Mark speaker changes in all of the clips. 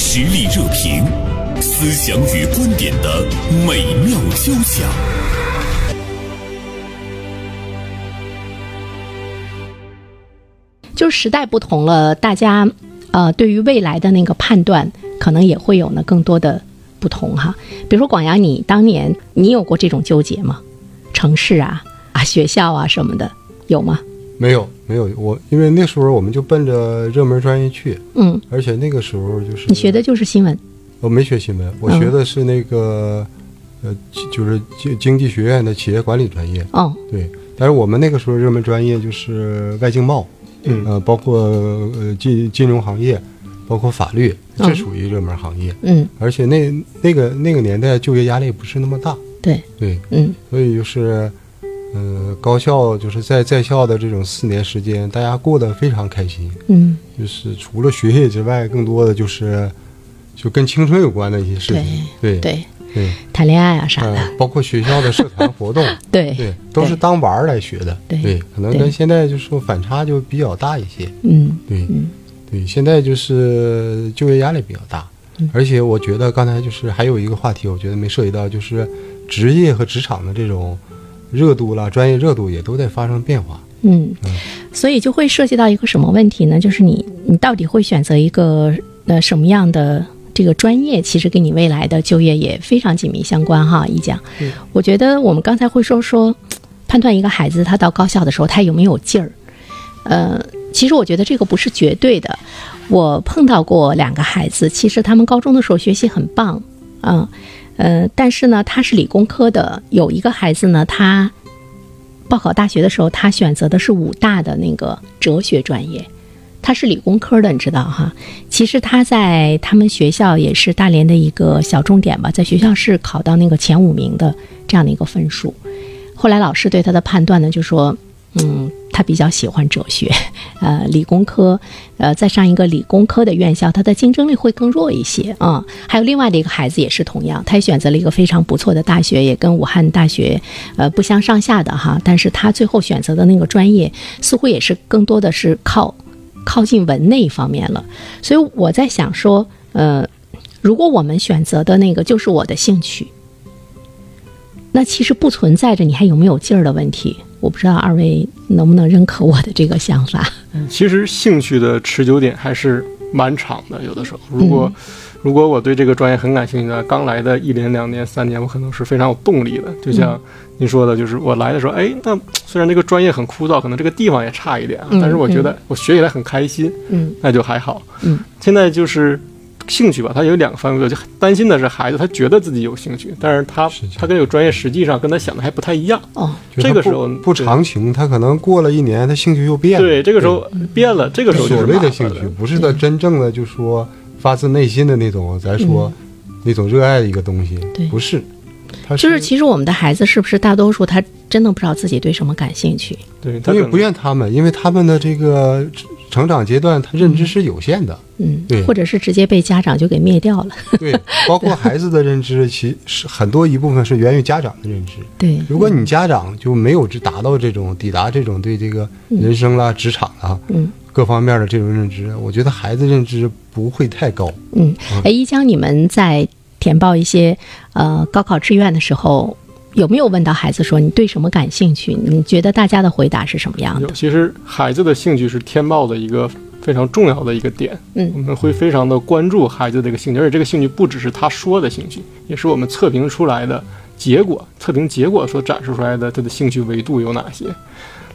Speaker 1: 实力热评，思想与观点的美妙交响。
Speaker 2: 就时代不同了，大家呃对于未来的那个判断，可能也会有呢更多的不同哈。比如说广阳，你当年你有过这种纠结吗？城市啊啊学校啊什么的有吗？
Speaker 3: 没有，没有，我因为那时候我们就奔着热门专业去，
Speaker 2: 嗯，
Speaker 3: 而且那个时候就是
Speaker 2: 你学的就是新闻，
Speaker 3: 我没学新闻，我
Speaker 2: 嗯
Speaker 3: 学的是那个、呃，就就是经经济学院的企业管理专业，
Speaker 2: 哦，
Speaker 3: 对。但是我们那个时候热门专业就是外经贸，
Speaker 4: 嗯
Speaker 3: 呃，包括呃金金融行业，包括法律，这属于热门行业。
Speaker 2: 嗯，
Speaker 3: 而且那那个那个年代就业压力不是那么大，
Speaker 2: 对，
Speaker 3: 对，
Speaker 2: 嗯
Speaker 3: 所以就是，呃，高校就是在在校的这种四年时间，大家过得非常开心。
Speaker 2: 嗯，
Speaker 3: 就是除了学业之外，更多的就是就跟青春有关的一些事情，对
Speaker 2: 对，
Speaker 3: 对，
Speaker 2: 谈恋爱啊啥
Speaker 3: 嗯、
Speaker 2: 的，
Speaker 3: 包括学校的社 团活动，
Speaker 2: 对
Speaker 3: 对，都是当玩儿来学的，
Speaker 2: 对
Speaker 3: 对，可能
Speaker 2: 对
Speaker 3: 跟现在就是说反差就比较大一些，
Speaker 2: 嗯
Speaker 3: 对，
Speaker 2: 嗯
Speaker 3: 对，现在就是就业压力比较大，
Speaker 4: 嗯
Speaker 3: 而且我觉得刚才就是还有一个话题，我觉得没涉及到，就是职业和职场的这种热度啦、专业热度也都在发生变化。
Speaker 2: 嗯，所以就会涉及到一个什么问题呢？就是你你到底会选择一个呃什么样的这个专业，其实跟你未来的就业也非常紧密相关哈。一讲，我觉得我们刚才会说说判断一个孩子他到高校的时候他有没有劲儿，呃，其实我觉得这个不是绝对的。我碰到过两个孩子，其实他们高中的时候学习很棒，嗯，呃，但是呢，他是理工科的，有一个孩子呢，他报考大学的时候，他选择的是武大的那个哲学专业，他是理工科的，你知道哈。其实他在他们学校也是大连的一个小重点吧，在学校是考到那个前五名的这样的一个分数。后来老师对他的判断呢，就说，嗯，他比较喜欢哲学，呃，理工科，呃，再上一个理工科的院校，他的竞争力会更弱一些啊、还有另外的一个孩子也是同样，他也选择了一个非常不错的大学，也跟武汉大学呃不相上下的哈，但是他最后选择的那个专业似乎也是更多的是靠靠近文那一方面了。所以我在想说，呃，如果我们选择的那个就是我的兴趣，那其实不存在着你还有没有劲儿的问题。我不知道二位能不能认可我的这个想法。
Speaker 4: 其实兴趣的持久点还是蛮长的，有的时候，如果、
Speaker 2: 嗯
Speaker 4: 如果我对这个专业很感兴趣的，刚来的一年、两年、三年，我可能是非常有动力的。就像您说的，就是我来的时候，哎，那虽然这个专业很枯燥，可能这个地方也差一点啊，
Speaker 2: 嗯
Speaker 4: 但是我觉得我学起来很开心，
Speaker 2: 嗯
Speaker 4: 那就还好。
Speaker 2: 嗯，
Speaker 4: 现在就是。兴趣吧，它有两个方面，我就担心的是孩子他觉得自己有兴趣，但是他
Speaker 3: 是这样
Speaker 4: 他跟有专业实际上跟他想的还不太一样。
Speaker 2: 哦，
Speaker 3: 就他
Speaker 4: 这个
Speaker 3: 不
Speaker 4: 时候
Speaker 3: 不长情，他可能过了一年，他兴趣又变了。
Speaker 4: 对，这个时候变了，这个时候就
Speaker 3: 嗯
Speaker 4: 是
Speaker 3: 所谓
Speaker 4: 麻烦
Speaker 3: 的兴趣
Speaker 4: 了，嗯
Speaker 3: 不是他真正的就说发自内心的那种，咱说、那种热爱的一个东
Speaker 4: 嗯
Speaker 3: 西
Speaker 2: 对，
Speaker 3: 不是，他
Speaker 2: 就是其实我们的孩子是不是大多数他真的不知道自己对什么感兴趣？
Speaker 4: 对，他
Speaker 3: 因为
Speaker 4: 可能
Speaker 3: 不怨他们，因为他们的这个成成长阶段，他认知是有限的。
Speaker 2: 嗯
Speaker 3: 对，
Speaker 2: 或者是直接被家长就给灭掉了。
Speaker 3: 对，包括孩子的认知，其实很多一部分是源于家长的认知。
Speaker 2: 对，
Speaker 3: 如果你家长就没有这达到这种抵达这种对这个人生啦、职场啦、
Speaker 2: 嗯
Speaker 3: 各方面的这种认知，我觉得孩子认知不会太高。
Speaker 2: 嗯，哎，一江，你们在填报一些呃高考志愿的时候，有没有问到孩子说你对什么感兴趣？你觉得大家的回答是什么样
Speaker 4: 有，
Speaker 2: 的？
Speaker 4: 其实孩子的兴趣是天报的一个非常重要的一个点，
Speaker 2: 嗯
Speaker 4: 我们会非常的关注孩子这个兴趣，而且这个兴趣不只是他说的兴趣，也是我们测评出来的结果，测评结果所展示出来的他的兴趣维度有哪些。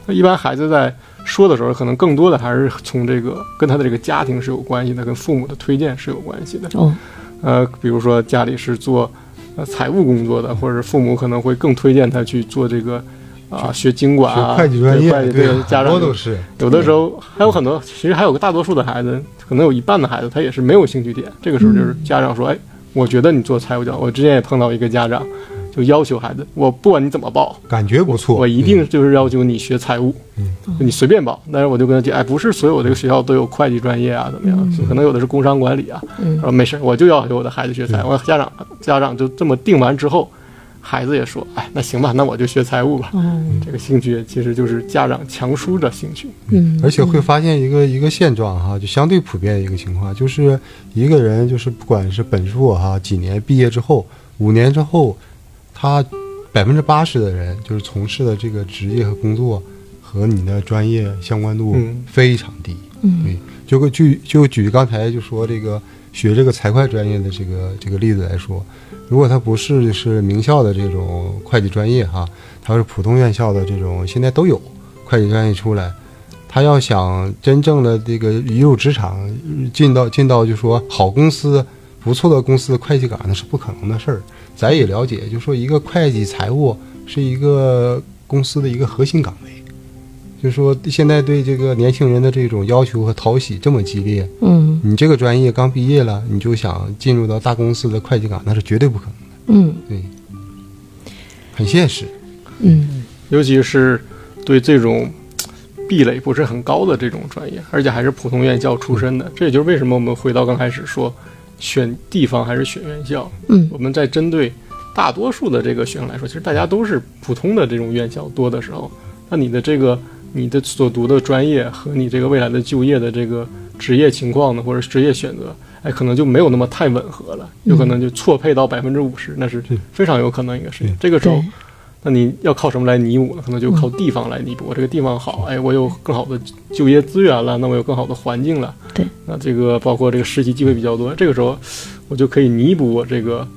Speaker 4: 那一般孩子在说的时候，可能更多的还是从这个跟他的这个家庭是有关系的，跟父母的推荐是有关系的。
Speaker 2: 哦，
Speaker 4: 呃，比如说家里是做呃财务工作的，或者是父母可能会更推荐他去做这个啊、学经管啊，
Speaker 3: 学会计专业，
Speaker 4: 对会计
Speaker 3: 对，
Speaker 4: 对家
Speaker 3: 很多
Speaker 4: 长
Speaker 3: 都是。
Speaker 4: 有的时
Speaker 2: 嗯
Speaker 4: 候还有很多，其实还有个大多数的孩子，可能有一半的孩子他也是没有兴趣点。这个时候就是
Speaker 2: 嗯
Speaker 4: 家长说：“哎，我觉得你做财务教，我之前也碰到一个家长，就要求孩子，我不管你怎么报，
Speaker 3: 感觉不
Speaker 2: 嗯
Speaker 3: 错，嗯
Speaker 4: 我一定就是要求你学财务，就你随便报。”但是我就跟他讲：“哎，不是所有这个学校都有会计专业啊，怎么样？可能有的是工商管理啊。”
Speaker 2: 嗯
Speaker 4: 我说：“没事，我就要求我的孩子学财务。”家长家长就这么定完之后，孩子也说，哎，那行吧，那我就学财务吧。
Speaker 2: 嗯
Speaker 4: 这个兴趣其实就是家长强输的兴趣。
Speaker 2: 嗯，
Speaker 3: 而且会发现一个一个现状哈，就相对普遍一个情况，就是一个人就是不管是本硕哈几年毕业之后，五年之后，他百分之八十的人就是从事的这个职业和工作和你的专业相关度
Speaker 4: 嗯
Speaker 3: 非常低。
Speaker 2: 嗯
Speaker 3: 对，就个举就举刚才就说这个学这个财会专业的这个这个例子来说，如果他不是就是名校的这种会计专业哈，他是普通院校的这种，现在都有会计专业出来，他要想真正的这个一入职场，进到进到就说好公司、不错的公司的会计岗，那是不可能的事儿。咱也了解，就说一个会计财务是一个公司的一个核心岗位。就说现在对这个年轻人的这种要求和讨喜这么激烈，
Speaker 2: 嗯
Speaker 3: 你这个专业刚毕业了，你就想进入到大公司的会计岗，那是绝对不可能的。
Speaker 2: 嗯
Speaker 3: 对，很现实。
Speaker 2: 嗯
Speaker 4: 尤其是对这种嘖壁垒不是很高的这种专业，而且还是普通院校
Speaker 2: 嗯
Speaker 4: 出身的，这也就是为什么我们回到刚开始说，选地方还是选院校。
Speaker 2: 嗯
Speaker 4: 我们在针对大多数的这个学生来说，其实大家都是普通的这种院校多的时候，那你的这个你的所读的专业和你这个未来的就业的这个职业情况呢，或者职业选择，哎，可能就没有那么太吻合了，有
Speaker 2: 嗯
Speaker 4: 可能就错配到百分之五十，那是非常有可能一个事情。这个时候
Speaker 2: 对。
Speaker 4: 那你要靠什么来弥补呢？可能就靠地方来弥
Speaker 2: 嗯
Speaker 4: 补。我这个地方好，哎，我有更好的就业资源了，那我有更好的环境了。
Speaker 2: 对，
Speaker 4: 那这个包括这个实习机会比较多，这个时候我就可以弥补我这个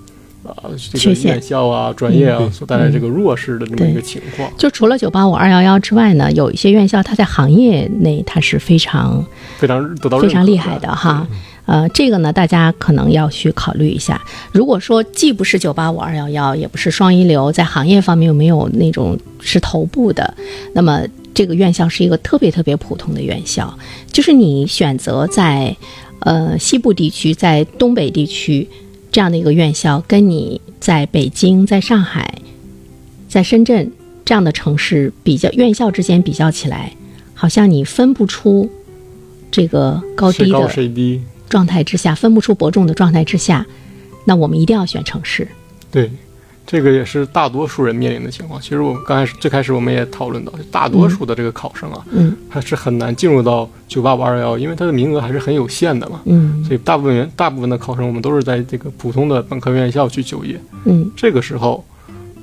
Speaker 4: 啊这
Speaker 2: 缺
Speaker 4: 个
Speaker 2: 陷嗯
Speaker 4: 院校啊、专业啊
Speaker 3: 对
Speaker 4: 所带来这个弱势的这么一个情况。
Speaker 2: 就除了九八五、二幺幺之外呢，有一些院校它在行业内它是非常
Speaker 4: 非常得到认可嗯
Speaker 2: 非常厉害的哈。呃，这个呢，大家可能要去考虑一下。如果说既不是九八五二幺幺，也不是双一流，在行业方面有没有那种是头部的，那么这个院校是一个特别特别普通的院校，就是你选择在呃西部地区、在东北地区这样的一个院校，跟你在北京、在上海、在深圳这样的城市比较，呃院校之间比较起来，好像你分不出这个高低
Speaker 4: 谁高
Speaker 2: 的
Speaker 4: 谁低，
Speaker 2: 状态之下，分不出伯仲的状态之下，那我们一定要选城市。
Speaker 4: 对，这个也是大多数人面临的情况。其实我们刚开始最开始我们也讨论到，大多数的这个考生啊，
Speaker 2: 嗯
Speaker 4: 他是很难进入到九八五二幺幺，因为他的名额还是很有限的嘛。
Speaker 2: 嗯
Speaker 4: 所以大部分人大部分的考生，我们都是在这个普通的本科院校去就业。
Speaker 2: 嗯
Speaker 4: 这个时候，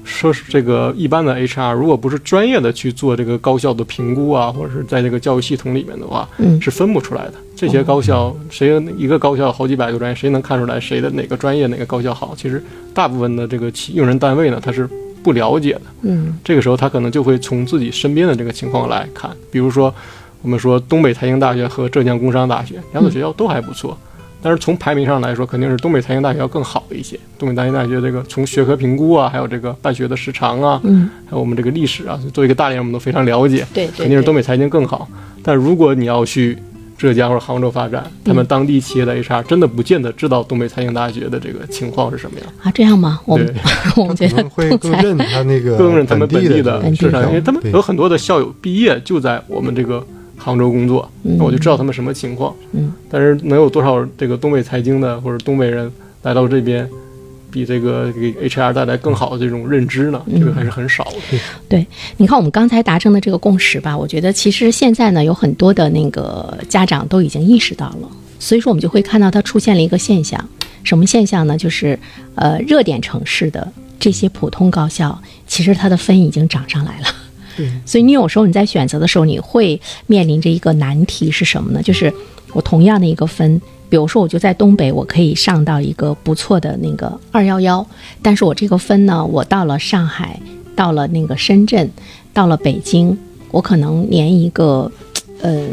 Speaker 4: 说是这个一般的 HR，如果不是专业的去做这个高校的评估啊，或者是在这个教育系统里面的话，
Speaker 2: 嗯
Speaker 4: 是分不出来的。这些高校，谁一个高校好几百个专业，谁能看出来谁的哪个专业哪个高校好？其实大部分的这个企用人单位呢，他是不了解的。
Speaker 2: 嗯
Speaker 4: 这个时候他可能就会从自己身边的这个情况来看，比如说我们说东北财经大学和浙江工商大学两所学校都还不错，但是从排名上来说，肯定是东北财经大学要更好一些。东北财经大学这个从学科评估啊，还有这个办学的时长啊，
Speaker 2: 嗯，
Speaker 4: 还有我们这个历史啊，作为一个大连人，我们都非常了解，
Speaker 2: 对
Speaker 4: 肯定是东北财经更好。但如果你要去浙江或者杭州发展，他
Speaker 2: 嗯
Speaker 4: 们当地企业的 HR 真的不见得知道东北财经大学的这个情况是什么样。
Speaker 2: 啊，这样吗？我们
Speaker 4: 对
Speaker 2: 我们觉
Speaker 3: 可
Speaker 2: 得
Speaker 3: 能会更
Speaker 2: 才
Speaker 3: 认他那个
Speaker 4: 更认他们本地
Speaker 3: 的
Speaker 4: 的
Speaker 2: 本地
Speaker 4: 市场，
Speaker 2: 的
Speaker 4: 因为他们
Speaker 3: 对
Speaker 4: 有很多的校友毕业就在我们这个杭州工作，
Speaker 2: 嗯
Speaker 4: 那我就知道他们什么情况。
Speaker 2: 嗯，
Speaker 4: 但是能有多少这个东北财经的或者东北人来到这边，比这个给 HR 带来更好的这种认知
Speaker 2: 嗯
Speaker 4: 呢？这个还是很少的。
Speaker 2: 你看我们刚才达成的这个共识吧，我觉得其实现在呢，有很多的那个家长都已经意识到了，所以说我们就会看到它出现了一个现象，什么现象呢？就是呃，热点城市的这些普通高校，其实它的分已经涨上来了。所以你有时候你在选择的时候，你会面临着一个难题是什么呢？就是我同样的一个分，比如说我就在东北，我可以上到一个不错的那个二幺幺，但是我这个分呢，我到了上海，到了那个深圳，到了北京，我可能连一个呃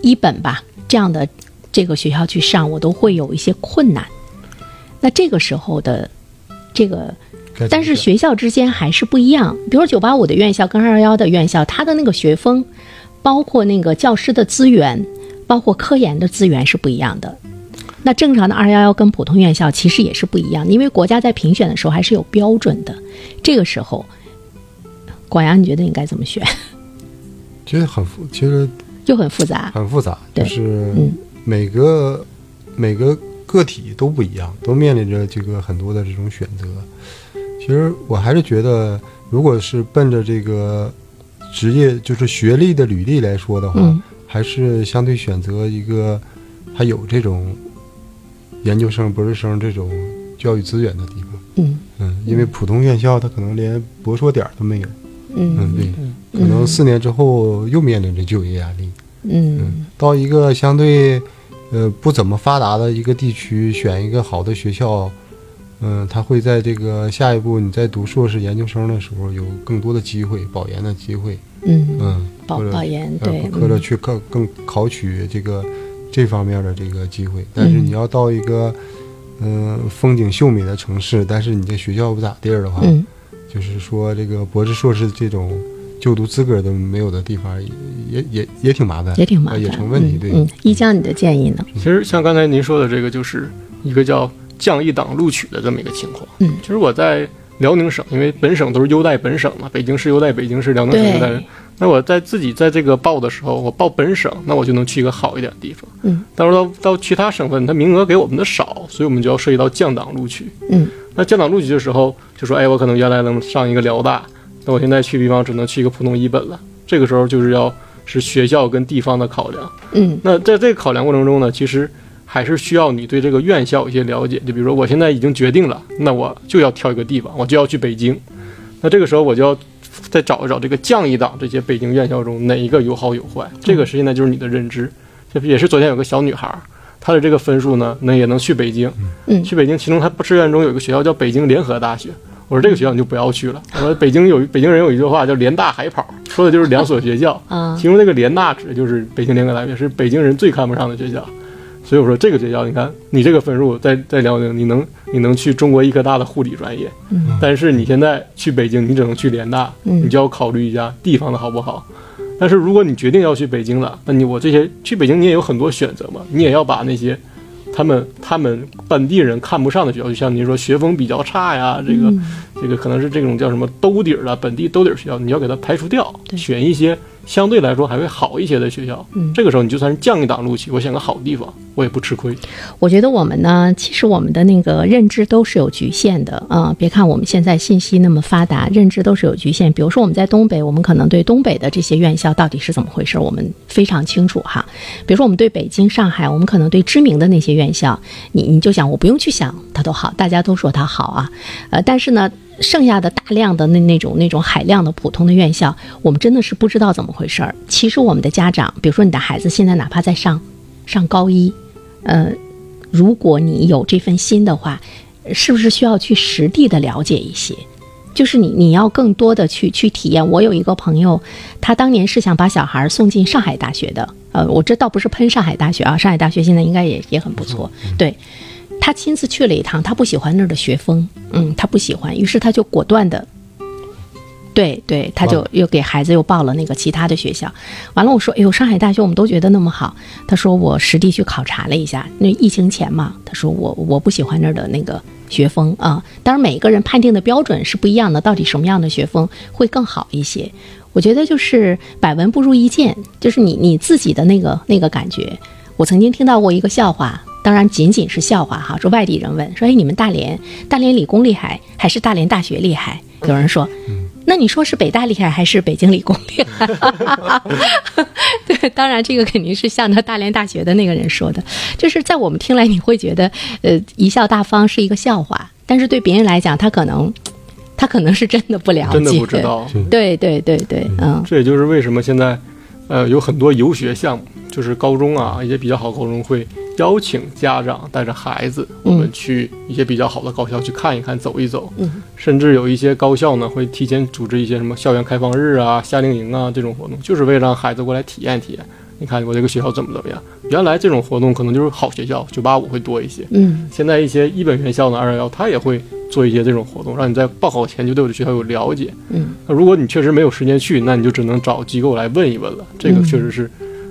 Speaker 2: 一本吧这样的这个学校去上，我都会有一些困难。那这个时候的这个
Speaker 3: 该怎么
Speaker 2: 但是
Speaker 3: 选
Speaker 2: 学校之间还是不一样。比如九八五的院校跟二幺幺的院校，它的那个学风，包括那个教师的资源，包括科研的资源是不一样的。那正常的二幺幺跟普通院校其实也是不一样的，因为国家在评选的时候还是有标准的。这个时候，广阳，你觉得应该怎么选？
Speaker 3: 其实很复，其实
Speaker 2: 又很复杂。
Speaker 3: 很复杂，
Speaker 2: 对
Speaker 3: 就是
Speaker 2: 嗯
Speaker 3: 每个、每个个体都不一样，都面临着这个很多的这种选择。其其实我还是觉得，如果是奔着这个职业就是学历的履历来说的话，
Speaker 2: 嗯
Speaker 3: 还是相对选择一个还有这种研究生、博士生这种教育资源的地方。
Speaker 2: 嗯
Speaker 3: 嗯，因为普通院校它可能连博硕点儿都没有。嗯，
Speaker 2: 嗯
Speaker 3: 对，
Speaker 4: 嗯
Speaker 3: 可能四年之后又面临着就业压力。
Speaker 2: 嗯
Speaker 3: 到一个相对呃不怎么发达的一个地区，选一个好的学校，嗯、他会在这个下一步你在读硕士研究生的时候有更多的机会，保研的机会，
Speaker 2: 嗯，
Speaker 3: 嗯，
Speaker 2: 保
Speaker 3: 或者
Speaker 2: 保研
Speaker 3: 呃
Speaker 2: 对，嗯
Speaker 3: 或者去更更考取这个这方面的这个机会。但是
Speaker 2: 嗯
Speaker 3: 你要到一个嗯、风景秀美的城市，但是你这学校不咋地儿的话，
Speaker 2: 嗯
Speaker 3: 就是说这个博士硕士这种。就读资格都没有的地方也，也也也挺麻烦，
Speaker 2: 也挺麻烦，
Speaker 3: 呃也成问题。
Speaker 2: 嗯
Speaker 3: 对，
Speaker 2: 嗯，一江，你的建议呢？
Speaker 4: 其实像刚才您说的这个，就是一个叫降一档录取的这么一个情况。
Speaker 2: 嗯
Speaker 4: 其实我在辽宁省，因为本省都是优待本省嘛，北京市优待北京市，辽宁省优待
Speaker 2: 对。
Speaker 4: 那我在自己在这个报的时候，我报本省，那我就能去一个好一点的地方。
Speaker 2: 嗯，
Speaker 4: 但是到到其他省份，它名额给我们的少，所以我们就要涉及到降档录取。
Speaker 2: 嗯，
Speaker 4: 那降档录取的时候，就说，哎，我可能原来能上一个辽大，那我现在去地方只能去一个普通一本了。这个时候就是要是学校跟地方的考量。
Speaker 2: 嗯
Speaker 4: 那在这个考量过程中呢，其实还是需要你对这个院校有一些了解。就比如说，我现在已经决定了，那我就要挑一个地方，我就要去北京。那这个时候我就要再找一找这个降一档这些北京院校中哪一个有好有坏。这个是现在就是你的认知。这也是昨天有个小女孩儿，她的这个分数呢，那也能去北京。
Speaker 2: 嗯
Speaker 4: 去北京，其中她志愿中有一个学校叫北京联合大学。我说这个学校你就不要去了。我说北京有北京人有一句话叫“联大海跑”，说的就是两所学校。
Speaker 2: 啊
Speaker 4: 其，中那个联大指的就是北京联合大学，是北京人最看不上的学校。所以我说这个学校，你看你这个分数在在辽宁，你能你能去中国医科大的护理专业，
Speaker 2: 嗯
Speaker 4: 但是你现在去北京，你只能去联大，
Speaker 2: 嗯
Speaker 4: 你就要考虑一下地方的好不好。但是如果你决定要去北京了，那你我这些去北京你也有很多选择嘛，你也要把那些他们他们本地人看不上的学校，就像您说学风比较差呀，这个、这个可能是这种叫什么兜底儿的本地兜底儿学校，你要给它排除掉，
Speaker 2: 对
Speaker 4: 选一些相对来说还会好一些的学校。
Speaker 2: 嗯
Speaker 4: 这个时候你就算是降一档录取，我选个好地方，我也不吃亏。
Speaker 2: 我觉得我们呢，其实我们的那个认知都是有局限的啊、别看我们现在信息那么发达，认知都是有局限。比如说我们在东北，我们可能对东北的这些院校到底是怎么回事，我们非常清楚哈。比如说我们对北京、上海，我们可能对知名的那些院校，你你就想我不用去想它都好，大家都说它好啊。呃，但是呢，剩下的大量的那那种那种海量的普通的院校，我们真的是不知道怎么回事儿。其实我们的家长，比如说你的孩子现在哪怕在上上高一，呃，如果你有这份心的话，是不是需要去实地的了解一些？就是你你要更多的去去体验。我有一个朋友，他当年是想把小孩送进上海大学的，呃，我这倒不是喷上海大学啊，上海大学现在应该也也很不错，对。他亲自去了一趟，他不喜欢那儿的学风，嗯，他不喜欢，于是他就果断的，对对，他就又给孩子又报了那个其他的学校。完了，我说，哎呦，上海大学我们都觉得那么好，他说我实地去考察了一下，那疫情前嘛，他说我我不喜欢那儿的那个学风啊。当然，每个人判定的标准是不一样的，到底什么样的学风会更好一些？我觉得就是百闻不如一见，就是你你自己的那个那个感觉。我曾经听到过一个笑话，当然仅仅是笑话哈，说外地人问说，哎，你们大连大连理工厉害还是大连大学厉害？
Speaker 4: 嗯
Speaker 2: 有人说。那你说是北大厉害还是北京理工厉害？ 对，当然这个肯定是向着大连大学的那个人说的，就是在我们听来你会觉得，呃，贻笑大方是一个笑话，但是对别人来讲，他可能，他可能是真的不了解，
Speaker 4: 真的不知道，
Speaker 2: 对对对对，嗯
Speaker 4: 这也就是为什么现在，呃，有很多游学项目，就是高中啊，一些比较好高中会邀请家长带着孩子，我们去一些比较好的高校去看一看、走一走，
Speaker 2: 嗯
Speaker 4: 甚至有一些高校呢会提前组织一些什么校园开放日啊、夏令营啊这种活动，就是为了让孩子过来体验体验。你看我这个学校怎么怎么样？原来这种活动可能就是好学校九八五会多一些，
Speaker 2: 嗯
Speaker 4: 现在一些一本院校呢，二幺幺它也会做一些这种活动，让你在报考前就对我的学校有了解。
Speaker 2: 嗯，
Speaker 4: 那如果你确实没有时间去，那你就只能找机构来问一问了。这个确实是，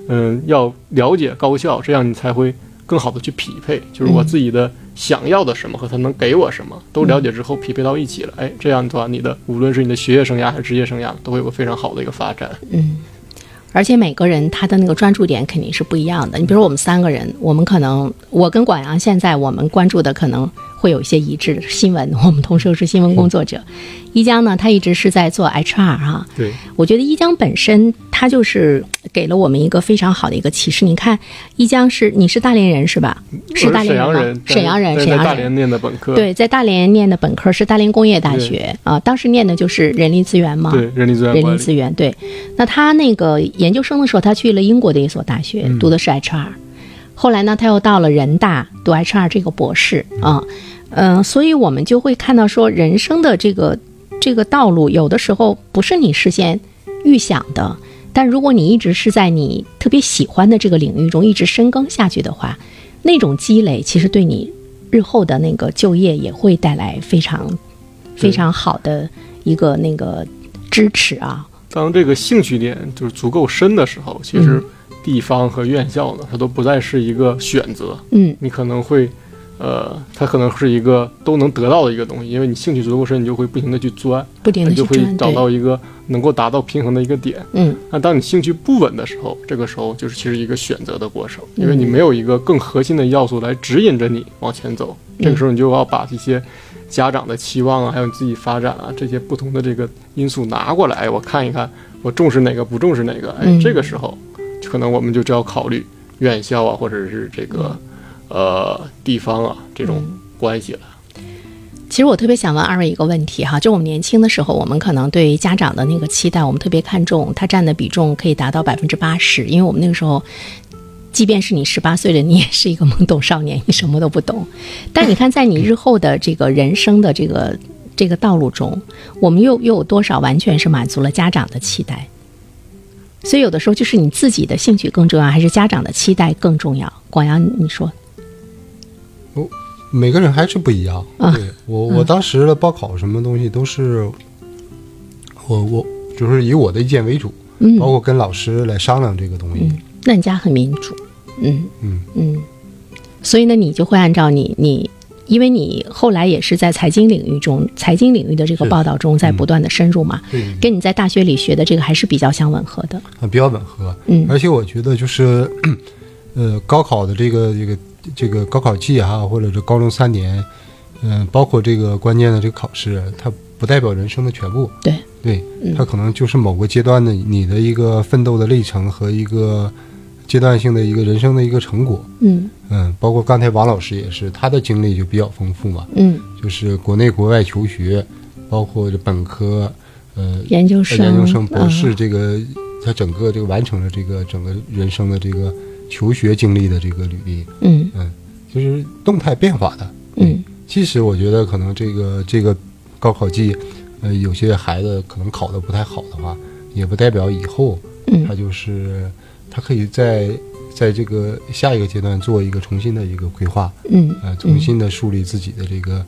Speaker 4: 嗯，要了解高校，这样你才会更好的去匹配，就是我自己的想要的什么和他能给我什么都了解之后匹配到一起了。哎，这样的话，你的无论是你的学业生涯还是职业生涯，都会有个非常好的一个发展。
Speaker 2: 嗯。而且每个人他的那个专注点肯定是不一样的。你比如说我们三个人，我们可能我跟广阳现在我们关注的可能会有一些一致，新闻，我们同时又是新闻工作者。
Speaker 4: 嗯
Speaker 2: 一江呢，他一直是在做 HR 哈、
Speaker 4: 对，
Speaker 2: 我觉得一江本身他就是给了我们一个非常好的一个启示。你看，一江是你是大连人是吧？是
Speaker 4: 嗯我
Speaker 2: 大
Speaker 4: 是
Speaker 2: 连
Speaker 4: 沈阳
Speaker 2: 吧
Speaker 4: 人，
Speaker 2: 沈阳人，
Speaker 4: 但是
Speaker 2: 沈
Speaker 4: 在
Speaker 2: 阳
Speaker 4: 大
Speaker 2: 人。
Speaker 4: 连念的本科，
Speaker 2: 对，在大连念的本科是大连工业大学啊、当时念的就是人力资源嘛，
Speaker 4: 对，人力资源
Speaker 2: 人
Speaker 4: 管
Speaker 2: 力
Speaker 4: 理，
Speaker 2: 资源。对，那他那个研究生的时候，他去了英国的一所大学，
Speaker 4: 嗯
Speaker 2: 读的是 HR。后来呢，他又到了人大读 HR 这个博士啊，嗯、呃所以我们就会看到说，人生的这个这个道路，有的时候不是你事先预想的，但如果你一直是在你特别喜欢的这个领域中一直深耕下去的话，那种积累其实对你日后的那个就业也会带来非常非常好的一个那个支持啊。
Speaker 4: 当这个兴趣点就是足够深的时候，其实
Speaker 2: 嗯
Speaker 4: 地方和院校呢，它都不再是一个选择，
Speaker 2: 嗯，
Speaker 4: 你可能会，呃，它可能是一个都能得到的一个东西，因为你兴趣足够深，你就会不停的去钻，
Speaker 2: 不停
Speaker 4: 你
Speaker 2: 的
Speaker 4: 就
Speaker 2: 去
Speaker 4: 会
Speaker 2: 钻，
Speaker 4: 找
Speaker 2: 对，
Speaker 4: 到一个能够达到平衡的一个点。
Speaker 2: 嗯，
Speaker 4: 那当你兴趣不稳的时候，这个时候就是其实一个选择的过程，
Speaker 2: 嗯
Speaker 4: 因为你没有一个更核心的要素来指引着你往前走。
Speaker 2: 嗯
Speaker 4: 这个时候你就要把一些家长的期望啊，还有你自己发展啊这些不同的这个因素拿过来，我看一看，我重视哪个，不重视哪个。哎
Speaker 2: 嗯，
Speaker 4: 这个时候可能我们就只要考虑院校啊，或者是这
Speaker 2: 嗯
Speaker 4: 个呃地方啊这种关系了。
Speaker 2: 其实我特别想问二位一个问题哈，就我们年轻的时候，我们可能对家长的那个期待，我们特别看重，它占的比重可以达到百分之八十，因为我们那个时候，即便是你十八岁了，你也 是一个懵懂少年，你什么都不懂。但你看，在你日后的这个人生的这个这个道路中，我们又又有多少完全是满足了家长的期待？所以有的时候就是你自己的兴趣更重要，还是家长的期待更重要？广阳，你说，
Speaker 3: 每个人还是不一样。
Speaker 2: 啊
Speaker 3: 对我，我当时的报考什么东西都是，我我就是以我的意见为主，
Speaker 2: 嗯
Speaker 3: 包括跟老师来商量这个东西。
Speaker 2: 那你家很民主，嗯
Speaker 3: 嗯
Speaker 2: 嗯，所以呢，你就会按照你你，因为你后来也是在财经领域中，财经领域的这个
Speaker 3: 是嗯
Speaker 2: 报道中在不断的深入嘛，
Speaker 3: 对，
Speaker 2: 跟你在大学里学的这个还是比较相吻合的，
Speaker 3: 啊，比较吻合。
Speaker 2: 嗯
Speaker 3: 而且我觉得就是，呃，高考的这个这个这个高考季哈、或者是高中三年，嗯、包括这个关键的这个考试，它不代表人生的全部。
Speaker 2: 对
Speaker 3: 对
Speaker 2: 嗯，
Speaker 3: 它可能就是某个阶段的你的一个奋斗的历程和一个阶段性的一个人生的一个成果。
Speaker 2: 嗯
Speaker 3: 嗯，包括刚才王老师也是，他的经历就比较丰富嘛，
Speaker 2: 嗯，
Speaker 3: 就是国内国外求学，包括这本科，呃，
Speaker 2: 研究
Speaker 3: 呃
Speaker 2: 生、
Speaker 3: 研究生、博士
Speaker 2: 嗯，
Speaker 3: 这个，他整个这个完成了这个整个人生的这个求学经历的这个履历，
Speaker 2: 嗯
Speaker 3: 嗯，就是动态变化的。
Speaker 2: 嗯
Speaker 3: 即使我觉得可能这个这个高考季，呃，有些孩子可能考得不太好的话，也不代表以后
Speaker 2: 嗯
Speaker 3: 他就是他可以在在这个下一个阶段做一个重新的一个规划，
Speaker 2: 嗯
Speaker 3: 呃，重新的树立自己的这个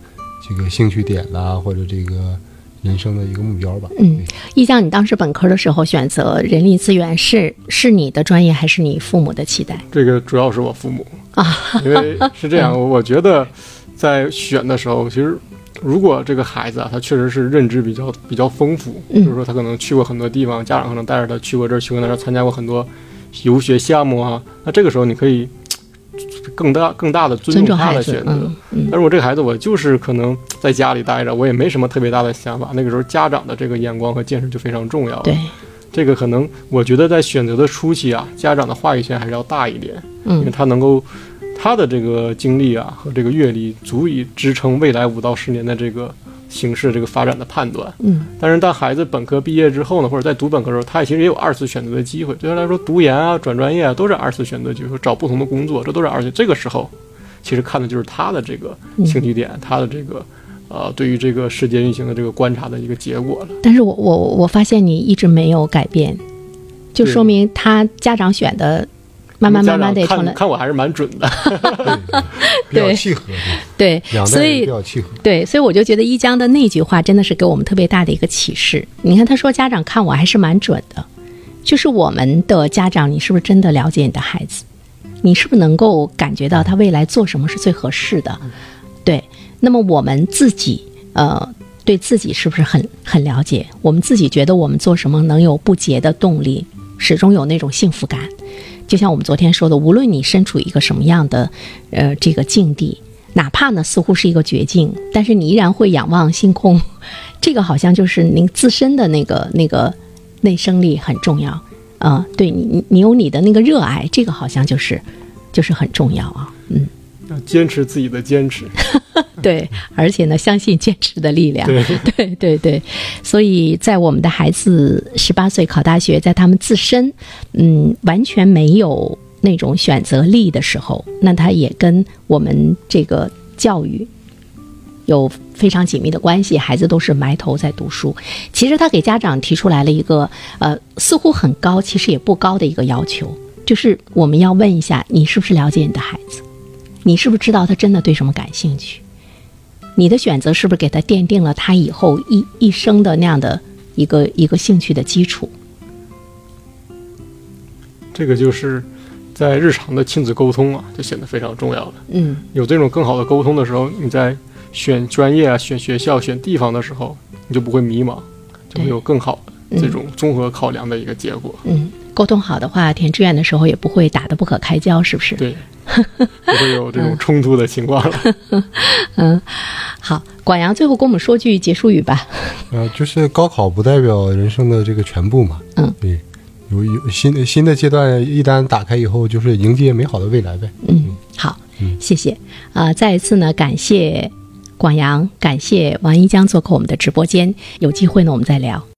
Speaker 3: 这个兴趣点啦，或者这个人生的一个目标吧。
Speaker 2: 嗯，意向你当时本科的时候选择人力资源是是你的专业还是你父母的期待？
Speaker 4: 这个主要是我父母啊，因为是这样，我觉得在选的时候，其实如果这个孩子啊，他确实是认知比较比较丰富，
Speaker 2: 嗯
Speaker 4: 就是说他可能去过很多地方，家长可能带着他去过这儿去过那儿，参加过很多游学项目啊，那这个时候你可以嘖更大更大的尊
Speaker 2: 尊重
Speaker 4: 重他
Speaker 2: 孩
Speaker 4: 的
Speaker 2: 子
Speaker 4: 选，择。
Speaker 2: 嗯嗯
Speaker 4: 但是我这个孩子，我就是可能在家里待着，我也没什么特别大的想法。那个时候，家长的这个眼光和见识就非常重要了。
Speaker 2: 对，
Speaker 4: 这个可能我觉得在选择的初期啊，家长的话语权还是要大一点。因为
Speaker 2: 嗯
Speaker 4: 他能够他的这个经历啊和这个阅历，足以支撑未来五到十年的这个形势这个发展的判断。
Speaker 2: 嗯
Speaker 4: 但是当孩子本科毕业之后呢，或者在读本科的时候，他其实也有二次选择的机会。对他来说，读研啊、转专业啊都是二次选择，就是说找不同的工作，这都是二次。这个时候，其实看的就是他的这个嗯兴趣点，他的这个呃对于这个世界运行的这个观察的一个结果了。
Speaker 2: 但是我我我发现你一直没有改变，就
Speaker 4: 对
Speaker 2: 说明他家长选的，慢慢
Speaker 4: 家
Speaker 2: 慢
Speaker 4: 长
Speaker 2: 慢的成
Speaker 4: 看
Speaker 2: 了
Speaker 4: 看我还是蛮准的。
Speaker 3: 比较
Speaker 2: 对
Speaker 3: 契合，
Speaker 2: 对
Speaker 3: 两，代
Speaker 2: 所
Speaker 3: 人比
Speaker 2: 以
Speaker 3: 较契合。
Speaker 2: 对，所以我就觉得一江的那句话真的是给我们特别大的一个启示。你看他说家长看我还是蛮准的，就是我们的家长，你是不是真的了解你的孩子？你是不是能够感觉到他未来做什么是最合适的？对，那么我们自己呃，对自己是不是很很了解？我们自己觉得我们做什么能有不竭的动力，始终有那种幸福感。就像我们昨天说的，无论你身处一个什么样的呃这个境地，哪怕呢似乎是一个绝境，但是你依然会仰望星空，这个好像就是您自身的那个那个内生力很重要啊、呃对你你你有你的那个热爱，这个好像就是就是很重要啊。嗯，
Speaker 4: 要坚持自己的 坚持。
Speaker 2: 对，而且呢，相信坚持的力量。
Speaker 4: 对，
Speaker 2: 对 对对，所以在我们的孩子十八岁考大学，在他们自身嗯完全没有那种选择力的时候，那他也跟我们这个教育有非常紧密的关系。孩子都是埋头在读书，其实他给家长提出来了一个呃似乎很高，其实也不高的一个要求，就是我们要问一下，你是不是了解你的孩子？你是不是知道他真的对什么感兴趣？你的选择是不是给他奠定了他以后一一生的那样的一个一个兴趣的基础？
Speaker 4: 这个就是在日常的亲子沟通啊，就显得非常重要了。
Speaker 2: 嗯，
Speaker 4: 有这种更好的沟通的时候，你在选专业啊、选学校、选地方的时候，你就不会迷茫，就会有更好的这种综合考量的一个结果。
Speaker 2: 嗯，沟通好的话，填志愿的时候也不会打得不可开交，是不是？
Speaker 4: 对，不会有这种冲突的情况了。
Speaker 2: 好，广阳最后跟我们说句结束语吧。
Speaker 3: 呃，就是高考不代表人生的这个全部嘛。
Speaker 2: 嗯，
Speaker 3: 对，有有新的新的阶段一旦打开以后，就是迎接美好的未来呗。
Speaker 2: 嗯，好，谢谢。啊、再一次呢，感谢广阳，感谢王一江做客我们的直播间，有机会呢我们再聊。